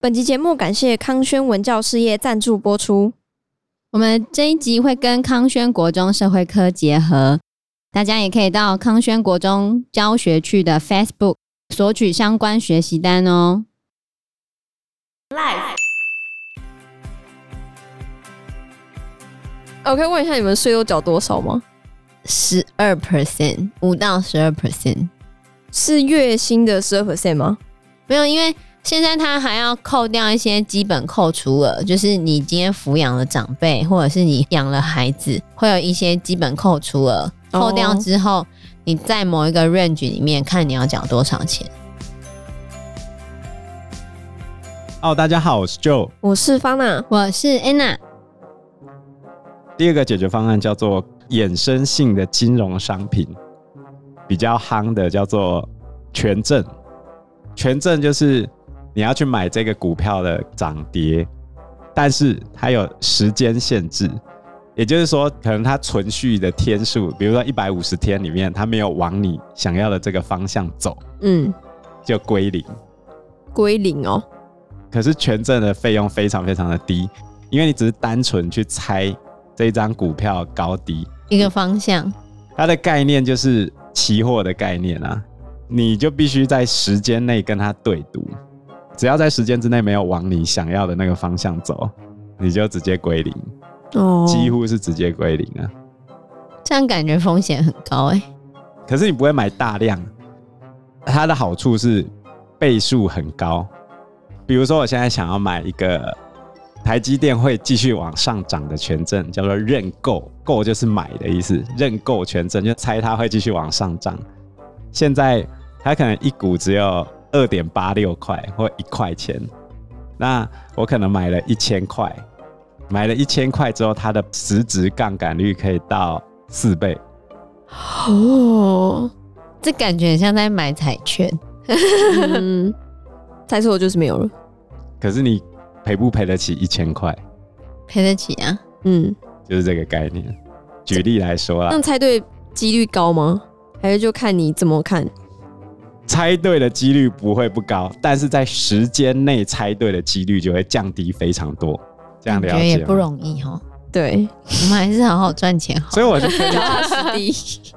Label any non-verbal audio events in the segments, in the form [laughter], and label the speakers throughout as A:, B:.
A: 本集节目感谢康轩文教事业赞助播出。
B: 我们这一集会跟康轩国中社会科结合，大家也可以到康轩国中教学区的 Facebook 索取相关学习单哦。
A: 我可以问一下你们税都缴多少吗？
B: 十二 percent，五到十二 percent，
A: 是月薪的十二 percent 吗？
B: 没有，因为现在他还要扣掉一些基本扣除额，就是你今天抚养了长辈，或者是你养了孩子，会有一些基本扣除额，
A: 哦
B: 扣掉之后，你在某一个 range 里面看你要缴多少钱。
C: 哦，大家好，我是 Joe。
A: 我是方娜，
B: 我是 Anna，
C: 第二个解决方案叫做衍生性的金融商品，比较夯的叫做权证。权证就是你要去买这个股票的涨跌，但是它有时间限制，也就是说，可能它存续的天数，比如说一百五十天里面，它没有往你想要的这个方向走，
A: 嗯，
C: 就归零。
A: 归零哦，
C: 可是权证的费用非常非常的低，因为你只是单纯去猜这一张股票高低，
B: 一个方向。
C: 它的概念就是期货的概念啊，你就必须在时间内跟它对赌，只要在时间之内没有往你想要的那个方向走，你就直接归零，
A: 哦，
C: 几乎是直接归零啊。
B: 这样感觉风险很高哎、
C: 可是你不会买大量，它的好处是倍数很高。比如说，我现在想要买一个台积电会继续往上涨的权证，叫做认购，购就是买的意思，认购权证就猜它会继续往上涨。现在它可能一股只有二点八六块或一块钱，那我可能买了一千块，买了一千块之后，它的实质杠杆率可以到四倍。
A: 哦，
B: 这感觉很像在买彩券。
A: 嗯，猜错就是没有了，
C: 可是你赔不赔得起一千块，
B: [laughs] 赔得起啊？
A: 嗯，
C: 就是这个概念。举例来说啦
B: 嗯
A: 那，猜对几率高吗？还是就看你怎么看？
C: 猜对的几率不会不高，但是在时间内猜对的几率就会降低非常多。这样
B: 感
C: 了
B: 觉
C: 解
B: 也
C: 吗
B: 不容易哦。
A: 对，
B: 我们还是好好赚钱好。
C: 所以
B: [laughs]
C: 我就跟你，
A: 踏实地，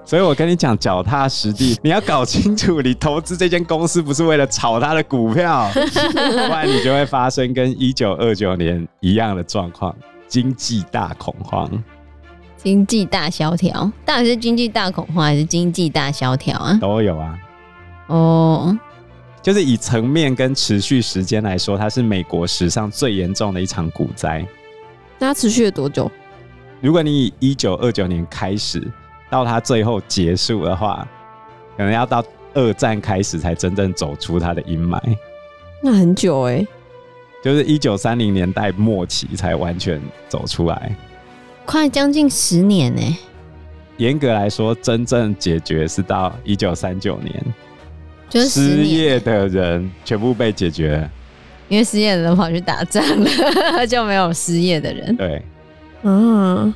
C: 所以我跟你讲，脚踏实地，你要搞清楚，你投资这间公司不是为了炒它的股票，
B: [laughs]
C: 不然你就会发生跟一九二九年一样的状况，经济大恐慌。
B: 经济大萧条，到底是经济大恐慌还是经济大萧条啊？
C: 都有啊。
B: 哦，
C: 就是以层面跟持续时间来说，它是美国史上最严重的一场股灾。
A: [laughs] 那它持续了多久？
C: 如果你以一九二九年开始到它最后结束的话，可能要到二战开始才真正走出它的阴霾， [laughs]
A: 那很久哎、
C: 就是一九三零年代末期才完全走出来。
B: 快将近十年欸呢、
C: 严格来说，真正解决是到一九三九年，
B: 就是十
C: 失
B: 年，
C: 业的人全部被解决了。
B: 因为失业的人跑去打仗了， [laughs] 就没有失业的人，
C: 对，
A: 啊，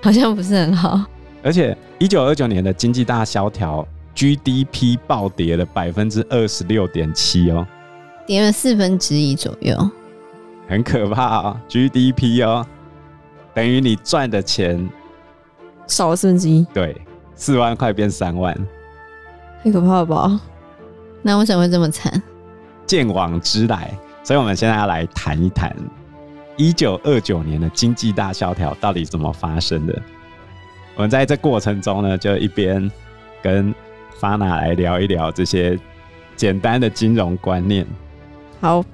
B: 好像不是很好。
C: 而且一九二九年的经济大萧条，GDP 暴跌了百分之二十六点七哦，
B: 跌了四分之一左右，
C: 很可怕哦，GDP 哦，等于你赚的钱，
A: 少了四分之一，
C: 对，四万块变三万，
A: 太可怕了吧？
B: 那为什么会这么惨？
C: 见往知来。所以我们现在要来谈一谈一九二九年的经济大萧条到底怎么发生的。我们在这过程中呢，就一边跟 Fana 来聊一聊这些简单的金融观念。
A: 好，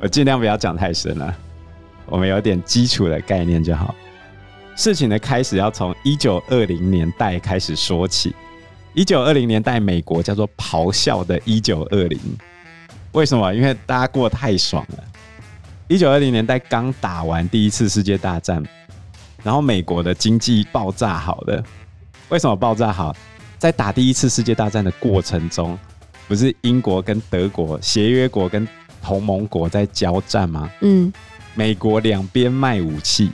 C: 我尽量不要讲太深了，我们有点基础的概念就好。事情的开始要从一九二零年代开始说起。一九二零年代，美国叫做“咆哮”的一九二零，为什么？因为大家过得太爽了。一九二零年代刚打完第一次世界大战，然后美国的经济爆炸好了。为什么爆炸好？在打第一次世界大战的过程中，不是英国跟德国协约国跟同盟国在交战吗？
A: 嗯，
C: 美国两边卖武器，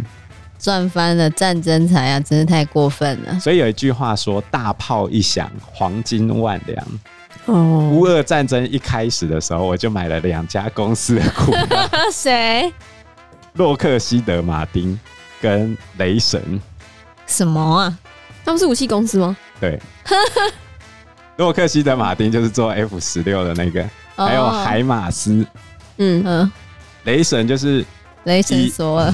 B: 赚翻了战争财啊，真是太过分了。
C: 所以有一句话说：“大炮一响，黄金万两。”
A: 哦，
C: 乌俄战争一开始的时候，我就买了两家公司的股票，
A: 谁？
C: 洛克希德马丁跟雷神。
D: 什么啊？
A: 他们是武器公司吗？
C: 对，洛克希德马丁就是做 F 十六的那个，
B: 哦
C: 还有海马斯。
A: 嗯，
D: 嗯，
C: 雷神就是
D: 雷神
C: 一
D: 索尔，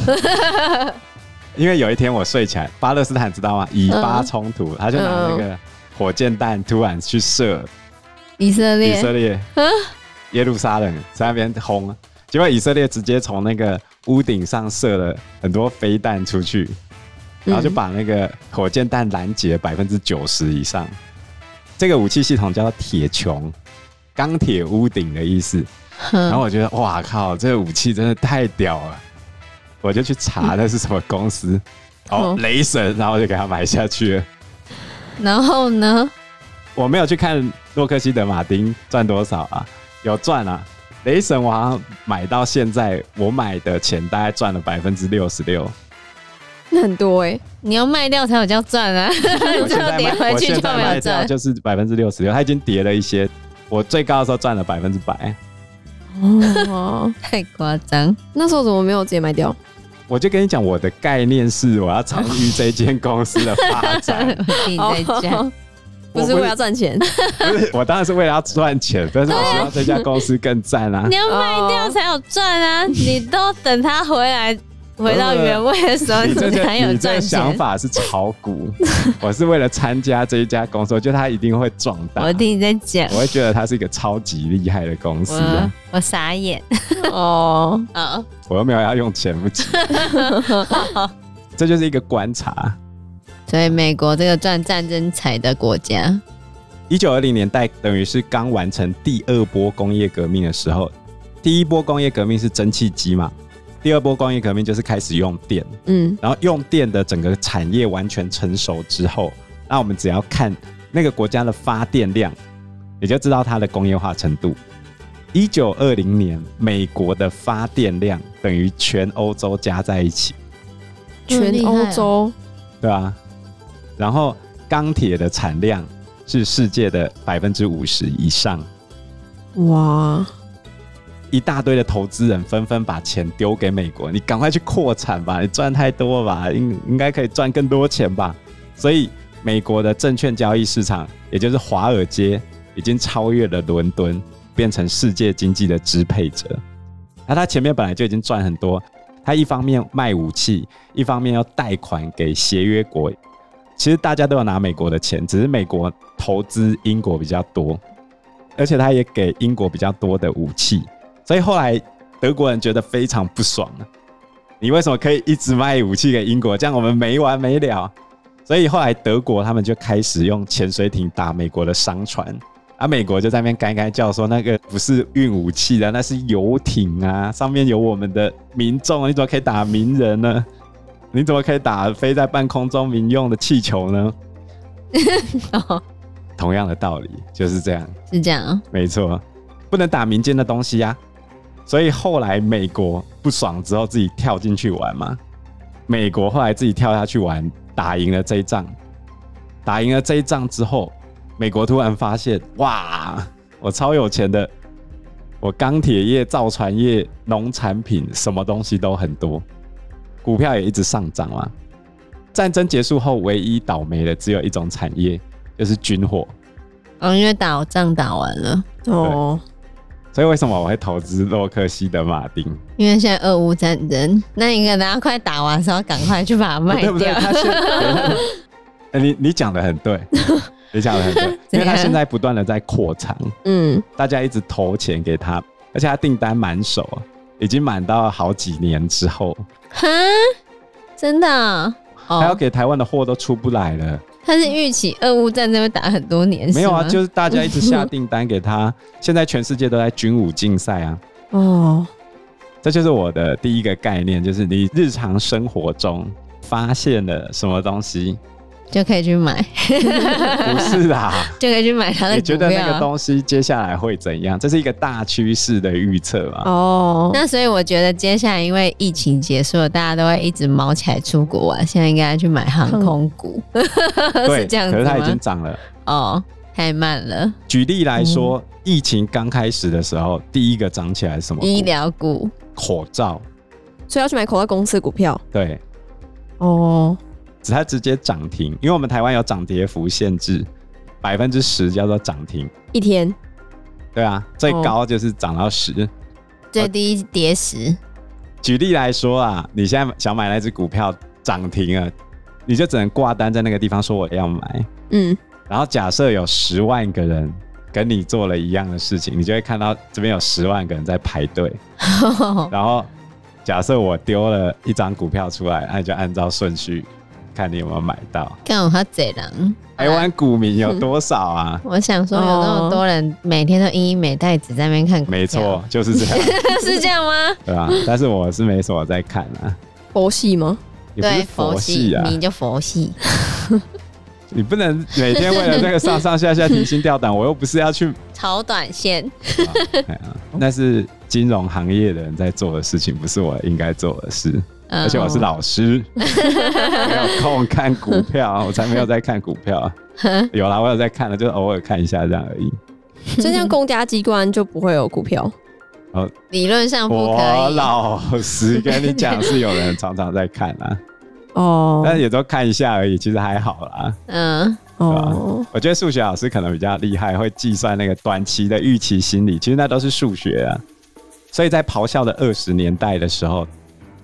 C: 因为有一天我睡起来，巴勒斯坦知道吗？以巴冲突，他就拿那个火箭弹突然去射
D: 以色
C: 以
D: 列
C: 色列、耶路撒冷，在那边轰，结果以色列直接从那个屋顶上射了很多飞弹出去，然后就把那个火箭弹拦截百分之九十以上。这个武器系统叫铁穹，钢铁屋顶的意思。然后我觉得哇靠，这个武器真的太屌了，我就去查那是什么公司，哦
A: 哦，
C: 雷神，然后我就给他买下去了。
D: 然后呢？
C: 我没有去看洛克希德马丁赚多少啊，有赚啊。雷神我好像买到现在，我买的钱大概赚了百分之六十
D: [laughs]
C: 六。
A: 那很多哎、
D: 你要卖掉才有叫赚啊， [laughs]
C: 我现
D: 最后
C: 在
D: 跌
C: 卖，
D: 回
C: 我
D: 去
C: 现
D: 就
C: 在
D: 没有
C: 卖掉
D: 赚。
C: 就是百分之六十六，它已经跌了一些。我最高的时候赚了百分之百，
A: 哦，
D: 太夸
C: [laughs]
D: 张，
A: [laughs] 那时候怎么没有直接卖掉？
C: 我就跟你讲，我的概念是我要参与这间公司的
D: [laughs]
C: 发展。
D: 我听你在讲，
A: 哦不是为了赚钱，
C: 不是，我当然是为了要赚钱，但是我希望这家公司更赞啊
D: 你！要卖掉才有赚
C: 哦
D: 啊！你都等他回来，回到原位的时候，
C: 呃你这个
D: 才有
C: 你这
D: 赚
C: 个想
D: 钱。
C: 法是炒股，我是为了参加这一家公司，我觉得它一定会壮大。
D: 我听你在讲，
C: 我会觉得它是一个超级厉害的公司、
D: 我
C: 啊，
D: 我傻眼。
A: [laughs] 哦，
D: 哦，
C: 我又没有要用钱不急，这就是一个观察。
D: 所以美国这个赚战争财的国家，
C: 一九二零年代等于是刚完成第二波工业革命的时候，第一波工业革命是蒸汽机嘛，第二波工业革命就是开始用电，
A: 嗯，
C: 然后用电的整个产业完全成熟之后，那我们只要看那个国家的发电量，你就知道它的工业化程度。一九二零年，美国的发电量等于全欧洲加在一起，
A: 全欧洲
C: 对吧、然后钢铁的产量是世界的百分之五十以上，
A: 啊哇，
C: 一大堆的投资人纷纷把钱丢给美国，你赶快去扩产吧，你赚太多吧，应应该可以赚更多钱吧。所以美国的证券交易市场，也就是华尔街，已经超越了伦敦，变成世界经济的支配者。那他前面本来就已经赚很多，他一方面卖武器，一方面要贷款给协约国。其实大家都有拿美国的钱，只是美国投资英国比较多，而且他也给英国比较多的武器。所以后来德国人觉得非常不爽了，你为什么可以一直卖武器给英国？这样我们没完没了。啊所以后来德国他们就开始用潜水艇打美国的商船，啊，美国就在那边干干叫说那个不是运武器的，那是游艇啊，上面有我们的民众，啊你怎么可以打民人呢？你怎么可以打飞在半空中民用的气球呢？同样的道理就是这样。
D: 是这样啊。
C: 没错，不能打民间的东西呀、所以后来美国不爽之后，自己跳进去玩嘛。美国后来自己跳下去玩，打赢了这一仗。打赢了这一仗之后，美国突然发现，哇，我超有钱的，我钢铁业、造船业、农产品什么东西都很多，股票也一直上涨嘛。战争结束后，唯一倒霉的只有一种产业，就是军火。
D: 哦，因为打仗打完了，
A: 哦，
C: 所以为什么我会投资洛克希德马丁？
D: 因为现在俄乌战争，那你可能要快打完的时候，赶快去把它卖
C: 啊对不对？
D: 掉。
C: 他现在 [laughs] 哎你你讲的很对，
D: [laughs]
C: 你讲的很对，因为他现在不断的在扩产，
A: 嗯，
C: 大家一直投钱给他，而且他订单满手，啊已经满到好几年之后，
D: 哈，真的啊、
C: 他要
D: 哦，
C: 给台湾的货都出不来了。
D: 他是预期俄乌战争会打很多年，
C: 没有啊，
D: 是吗
C: 就是大家一直下订单给他，现在全世界都在军武竞赛啊。
A: 哦，
C: 这就是我的第一个概念，就是你日常生活中发现了什么东西？
D: [laughs] 就可以去买， [laughs]
C: 不是啦。
D: 就可以去买他的
C: 你
D: 股
C: 觉
D: 票。
C: 得那个东西接下来会怎样？这是一个大趋势的预测嘛？
A: 哦，
D: 那所以我觉得接下来因为疫情结束了，大家都会一直毛起来出啊国玩，现在应该去买航空股，
C: 对，
D: 是这样子
C: 可是它已
D: 吗
C: 经？涨了，
D: 哦，
A: 太慢了。
C: 举例来说，
D: 嗯
C: 疫情刚开始的时候，第一个涨起来是什么？
A: 医疗股，
C: 口罩，
A: 所以要去买口罩公司的股票
C: 对，
A: 哦。
C: 只它直接涨停，因为我们台湾有涨跌幅限制，百分之十叫做涨停，
A: 一天
C: 对啊，最高就是涨到十、
B: 最低跌十，
C: 举例来说啊，你现在想买那只股票涨停了，你就只能挂单在那个地方说我要买，
A: 嗯，
C: 然后假设有十万个人跟你做了一样的事情，你就会看到这边有十万个人在排 [laughs] 队，然后假设我丢了一张股票出来，那你就按照顺序看你有没有买 [laughs] 到。
B: 看我好贼狼。
C: 台湾股民有多少 [laughs] 啊？
B: 我想说，有那么多人每天都一一美代子在那边看，
D: [laughs]
C: 没错，，就是这样，
B: 是这样
C: [laughs]
B: 吗？
C: 对吧、但是我是没什么在看啊，
A: 佛系 [laughs] 吗？
C: 也不是佛系啊，
B: 你就佛系，
C: 你不能每天为了这个上上下下提心吊胆， [laughs] 我又不是要去。
B: 炒短线，
C: 哎呀那是金融行业的人在做的事情，不是我应该做的事。
B: 嗯
C: 而且我是老师， [laughs] 没有空看股票， [laughs] 我才没有在看股
B: [laughs]
C: 票。有啦，我有在看了，就偶尔看一下这样而已。
A: 所以像公家机关就不会有股票，
B: 理论上哦不
C: 我
B: 可以。
C: 老实跟你讲，是有人常常在看
B: [laughs]
C: 啦，
A: 哦
C: 但也都看一下而已，其实还好啦。
B: 嗯，
A: 哦，
C: 我觉得数学老师可能比较厉害，会计算那个短期的预期心理，其实那都是数学啊。所以在咆哮的二十年代的时候，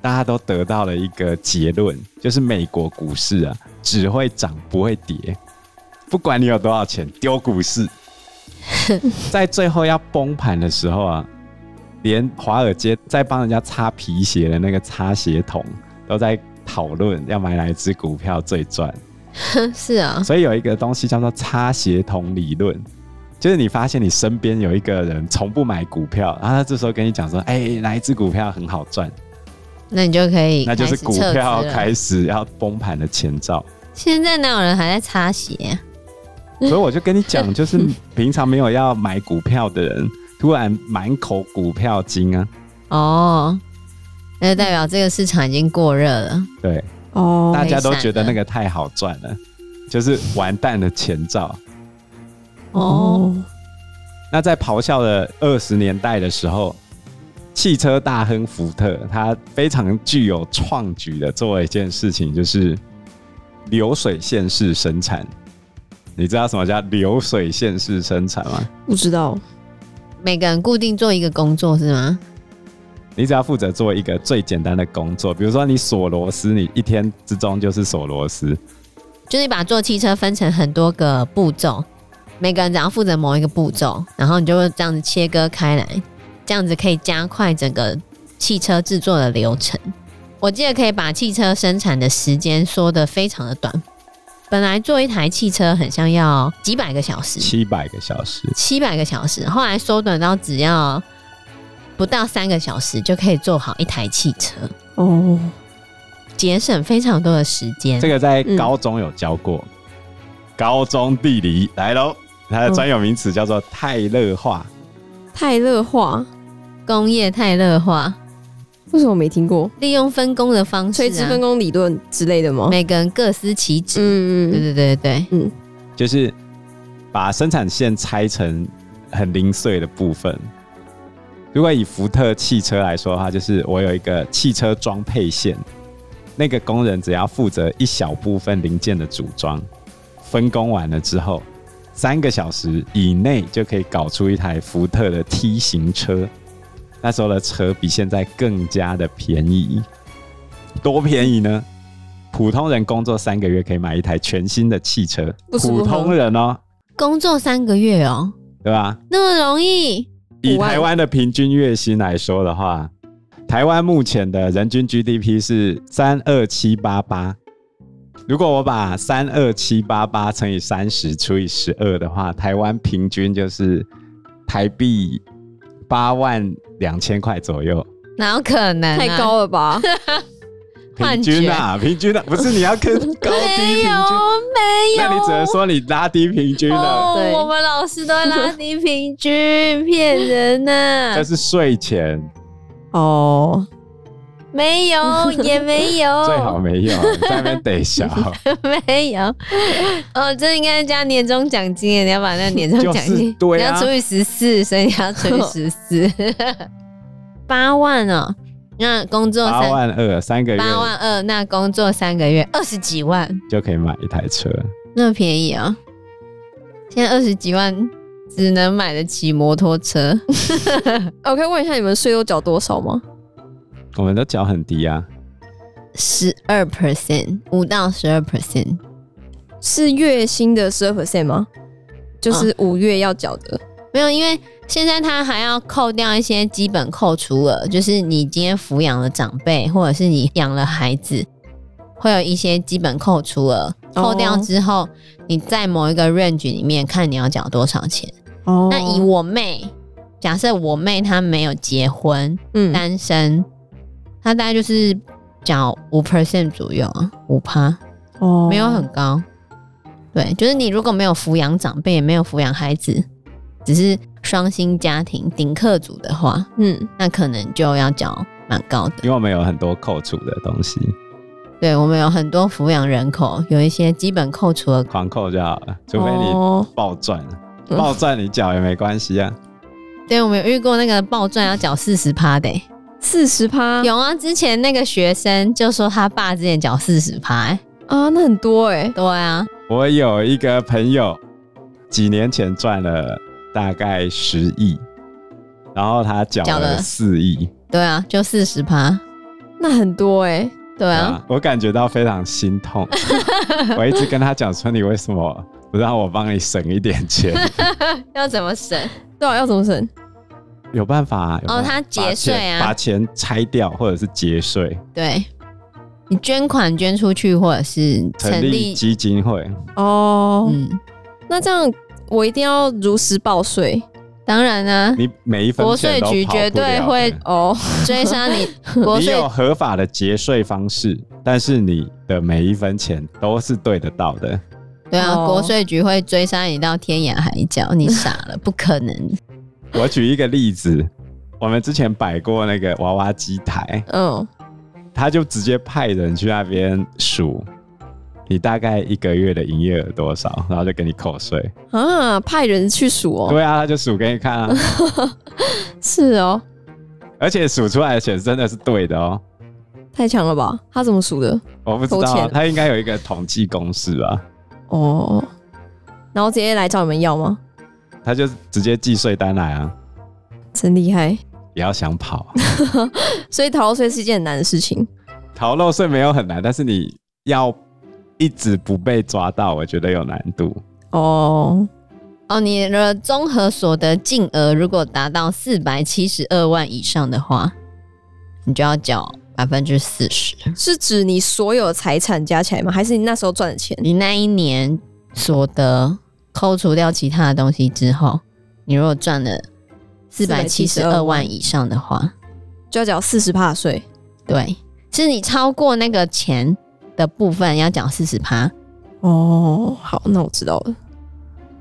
C: 大家都得到了一个结论，就是美国股市啊只会涨不会跌，不管你有多少钱丢股市，在最后要崩盘的时候啊，连华尔街在帮人家擦皮鞋的那个擦鞋桶都在讨论要买哪一只股票最赚。
B: 是啊，
C: 所以有一个东西叫做擦鞋童理论，就是你发现你身边有一个人从不买股票，然后他这时候跟你讲说：“哎、哪一只股票很好赚
B: 那你就可？”以，
C: 那就是股票开
B: 始。
C: 始要崩盘的前兆。
B: 现在哪有人还在擦鞋啊？
C: 所以我就跟你讲，就是平常没有要买股票的人，突然满口股票精啊！
B: 哦，那就代表这个市场已经过热了。
C: 对，
A: 哦，
C: 大家都觉得那个太好赚了，就是完蛋的前兆。
A: 哦，
C: 那在咆哮的二十年代的时候，汽车大亨福特他非常具有创举的做了一件事情，就是流水线式生产。你知道什么叫流水线式生产吗？
A: 不知道，
B: 每个人固定做一个工作是吗？
C: 你只要负责做一个最简单的工作，比如说你锁螺丝，你一天之中就是锁螺丝，
B: 就是你把做汽车分成很多个步骤，每个人只要负责某一个步骤，然后你就会这样子切割开来，这样子可以加快整个汽车制作的流程。我记得可以把汽车生产的时间缩得非常的短，本来做一台汽车很像要几百个小时，
C: 七百个小时。
B: 七百个小时，后来缩短到只要不到三个小时就可以做好一台汽车，
A: 哦，
B: 节省非常多的时间。
C: 这个在高中有教过，高中地理来喽，它的专有名词叫做泰勒化。
A: 泰勒化，
B: 工业太热化，
A: 为什么没听过？
B: 利用分工的方式、啊，
A: 垂直分工理论之类的吗？
B: 每个人各司其职。
A: 嗯
B: 对
A: 嗯
B: 对对对
C: 就是把生产线拆成很零碎的部分。如果以福特汽车来说的话，就是我有一个汽车装配线，那个工人只要负责一小部分零件的组装，分工完了之后，三个小时以内就可以搞出一台福特的 T 型车。那时候的车比现在更加的便宜，多便宜呢？普通人工作三个月可以买一台全新的汽车，
A: 不吃不喝
C: 普通人哦，
B: 工作三个月哦，
C: 对吧？
B: 那么容易？
C: 以
A: 五万
C: 台湾的平均月薪来说的话，台湾目前的人均 GDP 是三二七八八。如果我把三二七八八乘以三十除以十二的话，台湾平均就是台币八万两千块左右。
B: 哪有可能、啊
A: 太，高了吧？
C: 平均啊，平均啊，不是你要跟高低
B: [laughs] 没有，
C: 平均
B: 没有。
C: 那你只能说你拉低平均了，
A: 对
B: 哦，我们老师都会拉低平均，骗人呢、
C: 这是税前。
A: [laughs] 哦，
B: [laughs] 没有，也没有，
C: 最好没有，你在那边
B: [laughs]
C: 得小，
B: 没有。哦，这应该是加年终奖金耶，你要把那个年终奖
C: [laughs] 就
B: 金
C: 是，对
B: 你
C: 啊
B: 要除以十四，所以你要除以十四， [laughs] 八万哦。那工作
C: 八
B: 三
C: 万二三个月
B: 八万二，那工作三个月二十几万，
C: 就可以买一台车，
B: 那么便宜啊、现在二十几万只能买得起摩托车，
A: 我哦可以问一下你们税都缴多少吗？
C: 我们都缴很低啊，
B: 十二 percent，五到十二 percent。
A: 是月薪的十二 percent 吗？就是五月要缴的。
B: 没有，因为现在他还要扣掉一些基本扣除额，就是你今天抚养了长辈，或者是你养了孩子，会有一些基本扣除额。
A: 哦
B: 扣掉之后，你在某一个 range 里面看你要缴多少钱。
A: 哦
B: 那以我妹，假设我妹她没有结婚，
A: 嗯，
B: 单身，她大概就是缴五 percent 左右啊，五趴。
A: 哦
B: 没有很高。对，就是你如果没有抚养长辈，也没有抚养孩子，只是双薪家庭顶客组的话，
A: 嗯，
B: 那可能就要缴蛮高的。
C: 因为我们有很多扣除的东西，
B: 对我们有很多抚养人口，有一些基本扣除额。
C: 狂扣就好了，除非你
A: 哦
C: 暴赚，暴赚你缴也没关系啊。
B: 对，我们有遇过那个暴赚要缴四十趴的欸、
A: 四十趴
B: 有啊，之前那个学生就说他爸之前缴四十趴欸。
A: 啊，那很多哎、
B: 对啊，
C: 我有一个朋友，几年前赚了大概十亿，然后他缴
B: 缴
C: 了
B: 了
C: 四亿，
B: 对啊，就四十趴。
A: 那很多哎、
B: 对啊，
C: 啊我感觉到非常
B: [laughs]
C: 心痛。我一直跟他讲说，你为什么不让我帮你省一点钱？ [laughs]
B: 要怎么省？
A: 对啊，要怎么省？
C: 有办法、啊？有办法
B: 哦他节
C: 把钱
B: 税啊
C: 把钱拆掉或者是节税，
B: 对，你捐款捐出去，或者是
C: 成
B: 成
C: 立
B: 立，
C: 基金
B: [laughs]
C: 会。
A: 哦，
B: 嗯，
A: 那这样我一定要如实报税
B: 当然啊呢、
C: 你每一分
B: 国
C: 钱
B: 税
C: 都
B: 局
C: 跑不
B: 绝对
C: 了
B: 会
C: 的
A: 哦。
B: [laughs] 追杀
C: [laughs]
B: 你国
C: 你
B: 税
C: 有合法的节税方式，但是你的每一分钱都是对得到的。
B: 对啊，
A: 哦
B: 国税局会追杀你到天涯海角，你傻
C: [laughs]
B: 了，不可能。
C: 我举一个例子，我们之前摆过那个娃娃机台，
A: 嗯，
C: 他就直接派人去那边数你大概一个月的营业额多少，然后就给你扣税。
A: 啊，派人去数哦，
C: 对啊，他就数给你看
B: [laughs]
C: 啊，
A: 是哦，
C: 而且数出来的钱真的是对的哦。
A: 太强了吧？他怎么数的？
C: 我不知
A: 偷
C: 道啊
A: 钱，
C: 他应该有一个统计公式吧？
A: 哦，然后直接来找你们要吗？
C: 他就直接寄税单来啊，
A: 真厉害！
C: 不要想跑啊。 [laughs]
A: 所以逃漏税是一件很难的事情。
C: 逃漏税没有很难，但是你要一直不被抓到，我觉得有难度。
A: 哦，
B: 哦，你的综合所得净额如果达到四百七十二万以上的话，你就要缴百分之四十。
A: 是指你所有财产加起来吗？还是你那时候赚的钱？
B: 你那一年所得扣除掉其他的东西之后，你如果赚了四百七十二万以上的话，
A: 就要缴四十趴税。
B: 对，是你超过那个钱的部分要缴四十趴。
A: 哦，好，那我知道了。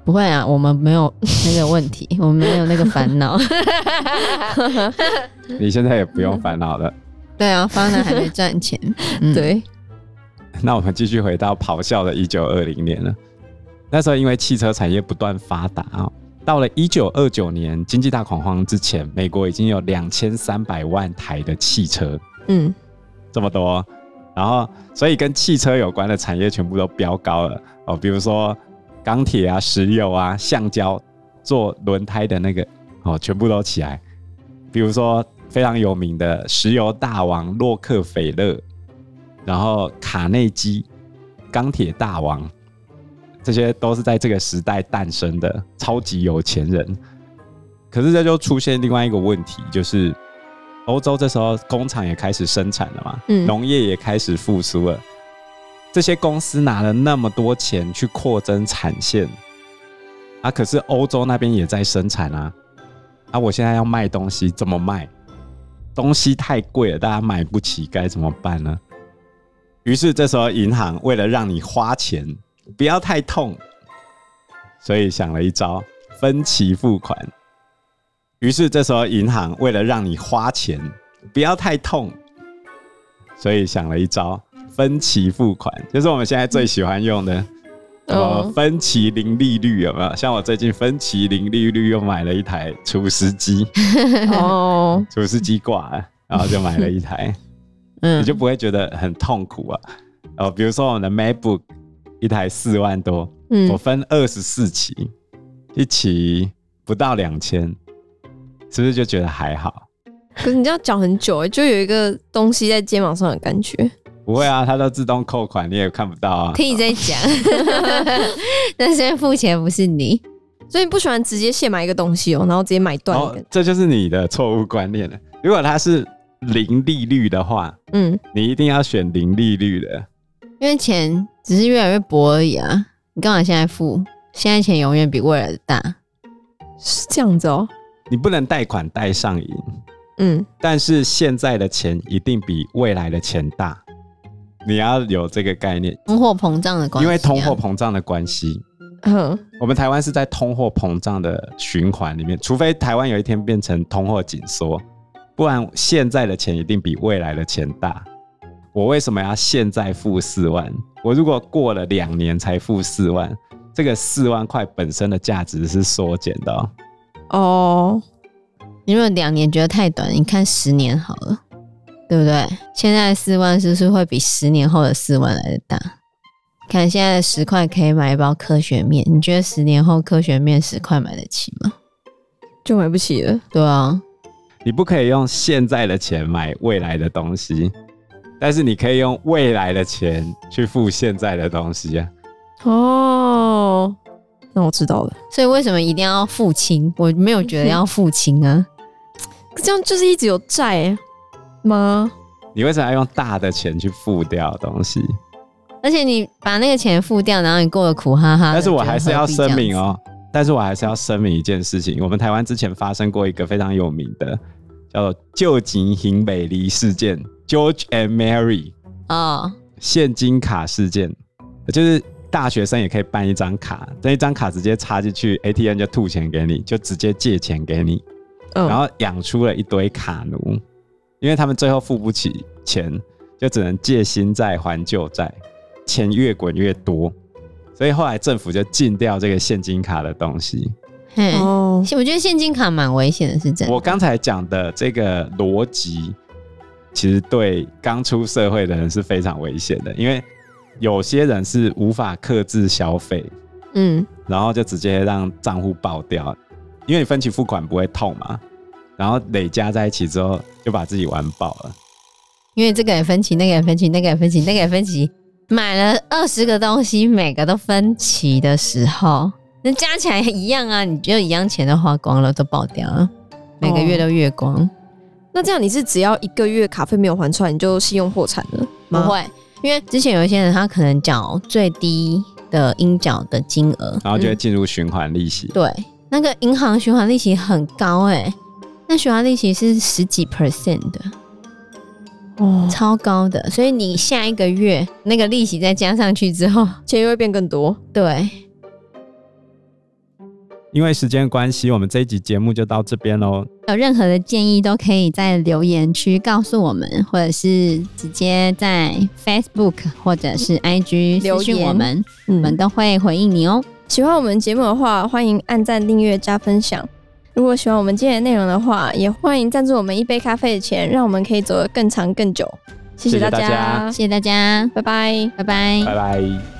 B: 不会啊，我们没有那个问题， [laughs] 我们没有那个烦恼。
C: 你现在也不用烦恼了。
B: [laughs] 对啊，方南还没赚钱。嗯，
A: 对，
C: [laughs] 那我们继续回到咆哮的一九二零年了。那时候因为汽车产业不断发达啊、到了一九二九年经济大恐慌之前，美国已经有两千三百万台的汽车，
A: 嗯，
C: 这么多。然后，所以跟汽车有关的产业全部都飙高了哦，比如说钢铁啊、石油啊、橡胶做轮胎的那个哦，全部都起来。比如说非常有名的石油大王洛克菲勒，然后卡内基、钢铁大王，这些都是在这个时代诞生的超级有钱人。可是这就出现另外一个问题，就是欧洲这时候工厂也开始生产了嘛，
A: 嗯
C: 农业也开始复苏了。这些公司拿了那么多钱去扩增产线，啊，可是欧洲那边也在生产啊，啊，我现在要卖东西怎么卖？东西太贵了，大家买不起，该怎么办呢？于是这时候银行为了让你花钱不要太痛，所以想了一招分期付款。于是这时候银行为了让你花钱不要太痛，所以想了一招分期付款，就是我们现在最喜欢用的。什么
A: 哦
C: 分期零利率有没有？像我最近分期零利率又买了一台厨师机，
A: [laughs] 哦，
C: 厨师机挂了，然后就买了一台，你
B: 嗯
C: 就不会觉得很痛苦啊。哦，比如说我们的 MacBook 一台四万多，我
A: 嗯，
C: 分二十四期，一期不到两千，是不是就觉得还好？
A: 可是你这样讲很久欸，就有一个东西在肩膀上的感觉。
C: 不会啊，它都自动扣款，你也看不到啊。
B: 听你在 [laughs] 讲，但是付钱不是你，
A: 所以你不喜欢直接现买一个东西哦、然后直接买断一
C: 哦
A: 个。，
C: 这就是你的错误观念了。如果它是零利率的话，
A: 嗯，
C: 你一定要选零利率的。
B: 因为钱只是越来越薄而已啊。你干嘛现在付？现在钱永远比未来的大。
A: 是这样子哦、
C: 你不能贷款贷上瘾，
A: 嗯，
C: 但是现在的钱一定比未来的钱大。你要有这个概念，
B: 通货膨胀的关系、啊，
C: 因为通货膨胀的关系，
A: 哼，
C: 我们台湾是在通货膨胀的循环里面，除非台湾有一天变成通货紧缩，不然现在的钱一定比未来的钱大。我为什么要现在付四万？我如果过了两年才付四万，这个四万块本身的价值是缩减的、哦。
A: 哦，
B: 你如果两年觉得太短，你看十年好了，对不对？现在的四万是不是会比十年后的四万来的大？看现在的十块可以买一包科学面，你觉得十年后科学面十块买得起吗？
A: 就买不起了。
B: 对啊，
C: 你不可以用现在的钱买未来的东西，但是你可以用未来的钱去付现在的东西啊。
A: 哦，那我知道了。
B: 所以为什么一定要付清？我没有觉得要付清
C: [laughs]
B: 啊，
A: 可这样就是一直有债欸吗？
C: 你为什么要用大的钱去付掉东西？
B: 而且你把那个钱付掉，然后你过得苦哈哈的。
C: 但是我还是要声明
B: 哦，
C: 哦，但是我还是要声明一件事情，我们台湾之前发生过一个非常有名的叫做旧井行美离事件 （George and Mary）
B: 哦，
C: 现金卡事件，就是大学生也可以办一张卡，那一张卡直接插进去 ATM 就吐钱给你，就直接借钱给你，
A: 嗯，
C: 然后养出了一堆卡奴，因为他们最后付不起钱，就只能借新债还旧债，钱越滚越多，所以后来政府就禁掉这个现金卡的东西。
B: 嘿，
A: 哦，
B: 我觉得现金卡蛮危险的，是真的。
C: 我刚才讲的这个逻辑，其实对刚出社会的人是非常危险的，因为有些人是无法克制消费，
A: 嗯，
C: 然后就直接让账户爆掉，因为你分期付款不会痛嘛，然后累加在一起之后就把自己玩爆了。
B: 因为这个也分期，那个也分期，那个也分期，那个也分期，买了二十个东西，每个都分期的时候，那加起来一样啊，你就一样钱都花光了，都爆掉了，每个月都月光，
A: 那这样你是只要一个月卡费没有还出来，你就信用破产了
B: 不
A: 吗？
B: 会，因为之前有一些人他可能缴最低的应缴的金额，
C: 然后就会进入循环利息。
B: 对，那个银行循环利息很高哎、那循环利息是十几 percent 的，
A: 哦，
B: 超高的，所以你下一个月那个利息再加上去之后，
A: 钱又会变更多。
B: 对。
C: 因为时间关系，我们这一集节目就到这边喽。
D: 有任何的建议都可以在留言区告诉我们，或者是直接在 Facebook 或者是 IG
A: 嗯留
D: 私讯
A: 言
D: 我们，我
A: 嗯
D: 们都会回应你哦。
A: 喜欢我们节目的话，欢迎按赞、订阅、加分享。如果喜欢我们今天的内容的话，也欢迎赞助我们一杯咖啡的钱，让我们可以走得更长更久。谢
C: 谢谢
A: 大
C: 大家
D: 谢谢大家，
A: 拜拜。
B: 嗯
D: 拜拜。
C: 拜拜。